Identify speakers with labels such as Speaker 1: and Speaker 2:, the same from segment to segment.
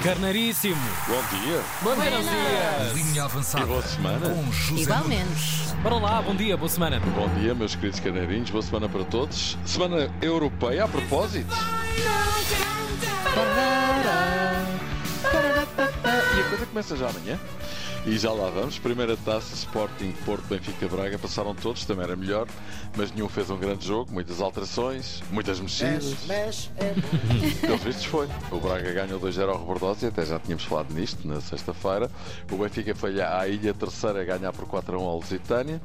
Speaker 1: Carnaríssimo.
Speaker 2: Bom dia.
Speaker 1: Bom dia.
Speaker 3: De linha avançada.
Speaker 2: E boa semana.
Speaker 3: Com José
Speaker 4: Igualmente.
Speaker 1: Para lá, bom dia, boa semana.
Speaker 2: Bom dia, meus queridos canarinhos. Boa semana para todos. Semana europeia, a propósito. E a coisa começa já amanhã. E já lá vamos. Primeira taça Sporting Porto Benfica Braga. Passaram todos, também era melhor, mas nenhum fez um grande jogo. Muitas alterações, muitas mexidas.
Speaker 5: Mas é
Speaker 2: Pelos vistos foi. O Braga ganhou 2-0 ao Rebordosa e até já tínhamos falado nisto na sexta-feira. O Benfica foi à Ilha Terceira a ganhar por 4-1 ao Lusitânia.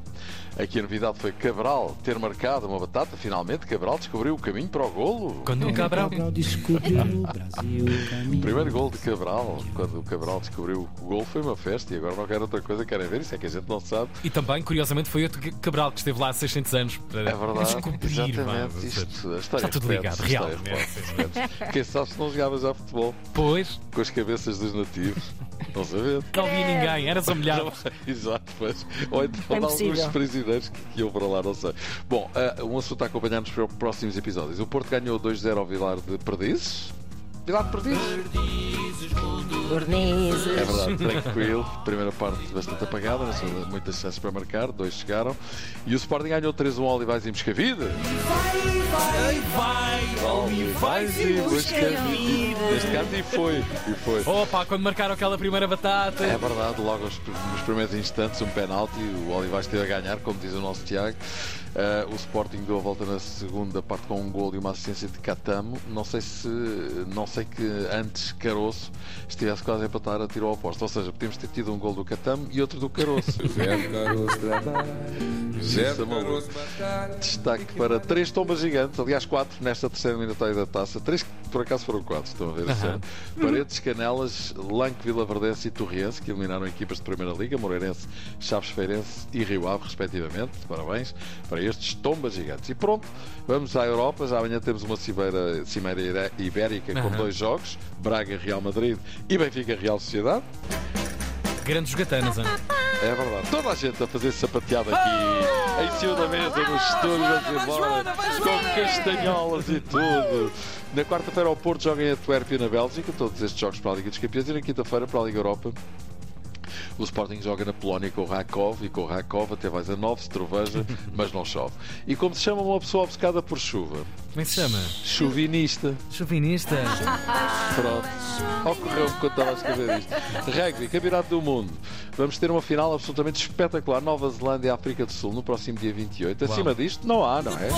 Speaker 2: Aqui a novidade foi Cabral ter marcado uma batata. Finalmente, Cabral descobriu o caminho para o golo.
Speaker 1: Quando o Cabral.
Speaker 5: Cabral descobriu no Brasil o
Speaker 2: O
Speaker 5: caminho.
Speaker 2: primeiro gol de Cabral, quando o Cabral descobriu o gol, foi uma festa e agora não quero outra coisa, querem ver, isso é que a gente não sabe.
Speaker 1: E também, curiosamente, foi outro Cabral que esteve lá há 600 anos para
Speaker 2: É verdade,
Speaker 1: descobrir.
Speaker 2: exatamente.
Speaker 1: pá.
Speaker 2: Isto, é a história
Speaker 1: Está tudo ligado,
Speaker 2: repete, a história
Speaker 1: realmente.
Speaker 2: repete. Quem sabe se não jogavas a futebol
Speaker 1: Pois,
Speaker 2: com as cabeças dos nativos? Não sabemos.
Speaker 1: não vi ninguém, era só
Speaker 2: Não,
Speaker 1: milhares.
Speaker 2: Exato, pois. Ou então
Speaker 4: É
Speaker 2: de alguns
Speaker 4: impossível.
Speaker 2: prisioneiros que, que iam para lá, não sei. Bom, ah, um assunto a acompanhar-nos para os próximos episódios. O Porto ganhou 2-0 ao Vilar de Perdizes. Vilar de Perdizes? É
Speaker 4: Bernizes.
Speaker 2: verdade, tranquilo. Primeira parte bastante apagada, mas muitas chances para marcar, dois chegaram. E o Sporting ganhou 3-1 ao Olivais e Moscavide. Olivais e Moscavide. Neste caso, e foi. E foi.
Speaker 1: Opa, quando marcaram aquela primeira batata.
Speaker 2: É verdade, logo aos- nos primeiros instantes, um penalti. O Olivais esteve a ganhar, como diz o nosso Tiago. Ah, o Sporting deu a volta na segunda parte com um gol e uma assistência de Catamo. Não sei se, não sei que antes Caroço estivesse quase a empatar, atirou ao posto. Ou seja, podíamos ter tido um gol do Catamo e outro do Caroço. Isso é maluco. Destaque para três tombas gigantes, aliás, quatro nesta terceira eliminatória da taça. Três que por acaso foram quatro, estão a ver esse ano. Paredes, Canelas, Lanque, Vila Verdense e Torriense, que eliminaram equipas de Primeira Liga, Moreirense, Chaves Feirense e Rio Ave, respectivamente. Parabéns para estes tombas gigantes. E pronto, vamos à Europa. Já amanhã temos uma cimeira, cimeira ira- ibérica com
Speaker 1: Aham.
Speaker 2: dois jogos: Braga, Real Madrid e Benfica, Real Sociedade.
Speaker 1: Grandes gatanas, hein?
Speaker 2: É verdade. Toda a gente a fazer sapateado aqui, em cima da mesa, nos estúdios, embora, com castanholas e tudo. Na quarta-feira, o Porto joga em Antuérpia, na Bélgica, todos estes jogos para a Liga dos Campeões, e na quinta-feira, para a Liga Europa. O Sporting joga na Polónia com o Rakov e com o Rakov até vais a 9, se troveja, mas não chove. E como se chama uma pessoa obcecada por chuva?
Speaker 1: Como é que se chama?
Speaker 2: Chuvinista.
Speaker 1: Chauvinista.
Speaker 2: Pronto. Ocorreu-me quando estava a escrever isto. Rugby, Campeonato do Mundo. Vamos ter uma final absolutamente espetacular. Nova Zelândia e África do Sul no próximo dia 28.
Speaker 1: Uau.
Speaker 2: Acima disto, não há, não é?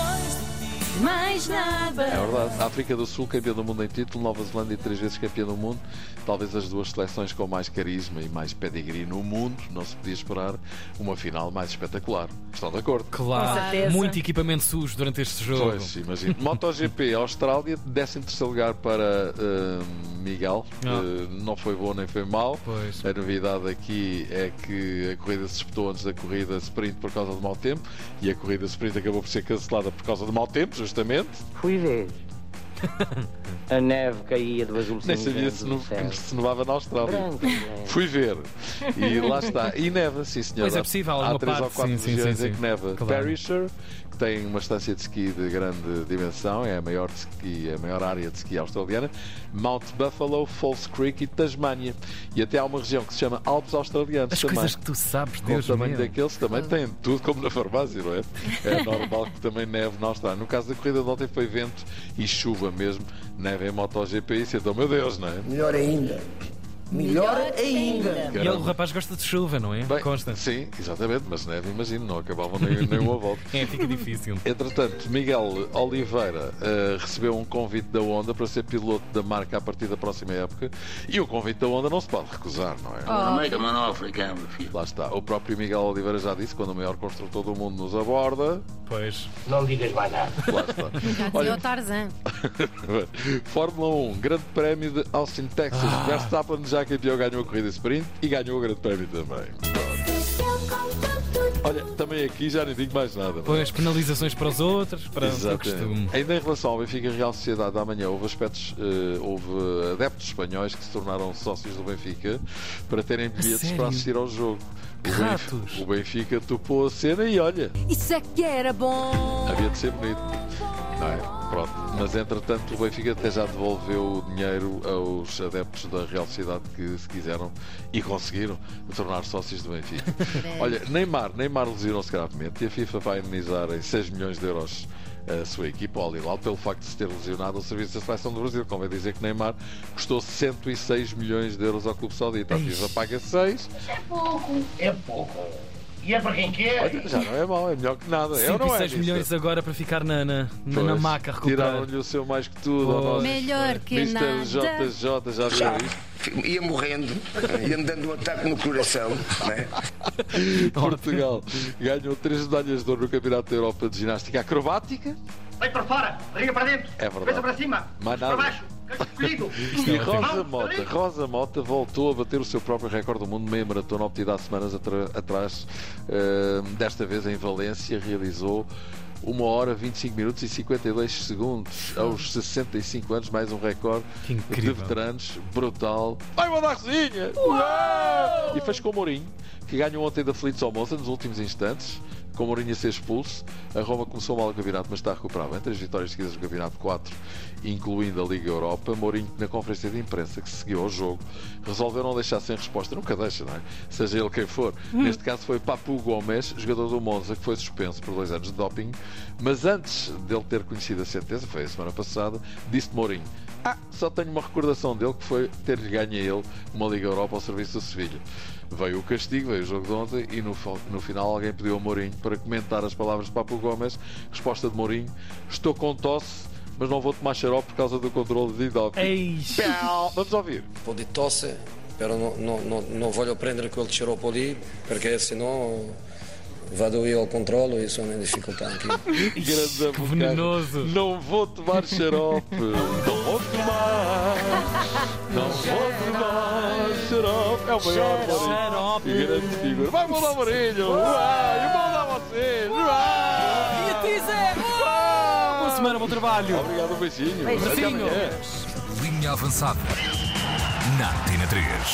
Speaker 4: Mais nada.
Speaker 2: É verdade. África do Sul, campeã do mundo em título. Nova Zelândia, três vezes campeã do mundo. Talvez as duas seleções com mais carisma e mais pedigree no mundo. Não se podia esperar uma final mais espetacular. Estão de acordo?
Speaker 4: Com
Speaker 1: Claro,
Speaker 4: certeza.
Speaker 1: muito equipamento sujo durante este jogo.
Speaker 2: Pois, imagino. MotoGP, Austrália, 13 lugar para eh, Miguel.
Speaker 1: Ah.
Speaker 2: Eh, não foi bom nem foi mau.
Speaker 1: Pois.
Speaker 2: A novidade aqui é que a corrida se disputou antes da corrida sprint por causa do mau tempo e a corrida sprint acabou por ser cancelada por causa do mau tempo, justamente.
Speaker 6: Fui ver. A neve caía do azul
Speaker 2: Nem sabia se,
Speaker 6: cinzento
Speaker 2: no,
Speaker 6: é do céu.
Speaker 2: se nevava na Austrália.
Speaker 6: Branca, né?
Speaker 2: Fui ver. E lá está. E neva, sim senhora.
Speaker 1: Pois é possível,
Speaker 2: Há
Speaker 1: alguma
Speaker 2: três ou
Speaker 1: parte,
Speaker 2: quatro
Speaker 1: sim, sim,
Speaker 2: regiões
Speaker 1: sim,
Speaker 2: em
Speaker 1: sim.
Speaker 2: que neva.
Speaker 1: Claro.
Speaker 2: Perisher, que tem uma estância de ski de grande dimensão, é a maior, de ski, a maior área de ski australiana. Mount Buffalo, Falls Creek e Tasmânia. E até há uma região que se chama Alpes Australianos
Speaker 1: As
Speaker 2: também.
Speaker 1: coisas que tu sabes,
Speaker 2: Com o
Speaker 1: Deus
Speaker 2: tamanho
Speaker 1: meu.
Speaker 2: daqueles também tem tudo, como na farmácia, não é? É normal que também neve na Austrália. No caso da corrida de ontem foi vento e chuva mesmo, neve em MotoGP, isso então, meu Deus, não é?
Speaker 5: Melhor ainda. Melhor ainda.
Speaker 4: ainda.
Speaker 1: E ele, o rapaz gosta de chuva, não é?
Speaker 2: Bem,
Speaker 1: Consta.
Speaker 2: Sim, exatamente, mas neve, imagino, não acabavam nem, nem uma volta.
Speaker 1: É, fica difícil.
Speaker 2: Entretanto, Miguel Oliveira eh, recebeu um convite da Honda para ser piloto da marca a partir da próxima época e o convite da Honda não se pode recusar, não é?
Speaker 7: Não make him an offer he can't refuse.
Speaker 2: Lá está. O próprio Miguel Oliveira já disse, quando o maior construtor do mundo nos aborda,
Speaker 1: Pois.
Speaker 6: Não digas mais nada.
Speaker 2: lá está.
Speaker 4: Já dizia o Tarzan.
Speaker 2: Fórmula 1, Grande Prémio de Austin, Texas.
Speaker 1: Ah.
Speaker 2: Verstappen já campeão ganhou a corrida sprint e ganhou o Grande Prémio também. Olha, também aqui já nem digo mais nada. é?
Speaker 1: Pois, penalizações para os outros, para o costume.
Speaker 2: Exatamente. Ainda em relação ao Benfica Real Sociedade amanhã, houve aspectos, eh, houve adeptos espanhóis que se tornaram sócios do Benfica para terem bilhetes
Speaker 1: sério?
Speaker 2: para assistir ao jogo. O
Speaker 1: Que
Speaker 2: Benf-
Speaker 1: ratos!
Speaker 2: O Benfica topou a cena e olha,
Speaker 4: Isso é que era bom.
Speaker 2: havia de ser bonito. não é? Pronto. Mas entretanto o Benfica até já devolveu o dinheiro aos adeptos da Real Sociedade que se quiseram e conseguiram tornar sócios do Benfica. Olha, Neymar, Neymar lesionou-se gravemente e a FIFA vai indenizar em 6 milhões de euros a sua equipa, ao Hilal, pelo facto de se ter lesionado ao serviço da seleção do Brasil. Convém dizer que Neymar custou 106 milhões de euros ao Clube Saudita. A FIFA paga 6,
Speaker 3: É pouco. É pouco. E é para quem quer.
Speaker 2: Olha, já não é mau, é melhor que nada. Eu não é
Speaker 1: 106
Speaker 2: disso.
Speaker 1: milhões agora para ficar na, na, na,
Speaker 2: Pois,
Speaker 1: na maca a recuperar.
Speaker 2: Tiraram-lhe o seu mais que tudo. ao nosso
Speaker 4: Melhor que
Speaker 2: Mr.
Speaker 4: nada.
Speaker 2: JJ, já
Speaker 3: Já.
Speaker 2: viu isto?
Speaker 3: Ia morrendo, ia me dando um ataque no coração, né?
Speaker 2: Portugal ganhou três medalhas de ouro no Campeonato da Europa de Ginástica Acrobática.
Speaker 8: Vai para fora, barriga para dentro,
Speaker 2: É verdade.
Speaker 8: cabeça para cima,
Speaker 2: Mais
Speaker 8: para
Speaker 2: nada. um
Speaker 8: baixo, canto escolhido.
Speaker 2: E
Speaker 1: Isto é ótimo.
Speaker 2: Rosa Mota, Rosa Mota voltou a bater o seu próprio recorde do mundo, meia maratona obtida há semanas atra- atrás, eh, desta vez em Valência, realizou 1 hora 25 minutos e 52 segundos aos 65 anos, mais um recorde
Speaker 1: Que
Speaker 2: de
Speaker 1: incrível.
Speaker 2: veteranos, brutal. Vai mandar cozinha! E fez com o Mourinho, que ganhou ontem da Feliz ao Monza nos últimos instantes. Com o Mourinho a ser expulso, a Roma começou mal o campeonato, mas está recuperável. Entre as vitórias seguidas do campeonato 4, incluindo a Liga Europa, Mourinho, na conferência de imprensa que se seguiu ao jogo, resolveu não deixar sem resposta. Nunca deixa, não é? Seja ele quem for. Neste caso foi Papu Gomes, jogador do Monza, que foi suspenso por dois anos de doping. Mas antes dele ter conhecido a sentença, foi a semana passada, disse Mourinho ah, só tenho uma recordação dele que foi ter-lhe ganho a ele uma Liga Europa ao serviço do Sevilha. Veio o castigo, veio o jogo de ontem e no, fo- no final alguém pediu a Mourinho para comentar as palavras de Papo Gomes. Resposta de Mourinho: Estou com tosse, mas não vou tomar xarope por causa do controle de doping.
Speaker 1: Eis.
Speaker 2: Pau! Vamos ouvir.
Speaker 9: po' di tosse, però no- no- no- non voglio prendere quel sciroppo lì perché sennò vado io al controllo e sono in difficoltà anch'io.
Speaker 2: Grande avocado.
Speaker 1: venenoso.
Speaker 2: Não vou tomar xarope. não vou tomar. Não vou tomar xarope. É o maior Mourinho.
Speaker 1: Xarope.
Speaker 2: E grande figura. Vai mandar Mourinho! Vai! E mandar vocês! Vai!
Speaker 1: é. Boa semana, bom trabalho.
Speaker 2: Obrigado, um beijinho.
Speaker 1: Beijinho.
Speaker 2: Até amanhã.
Speaker 10: Linha avançada. Na Tina 3.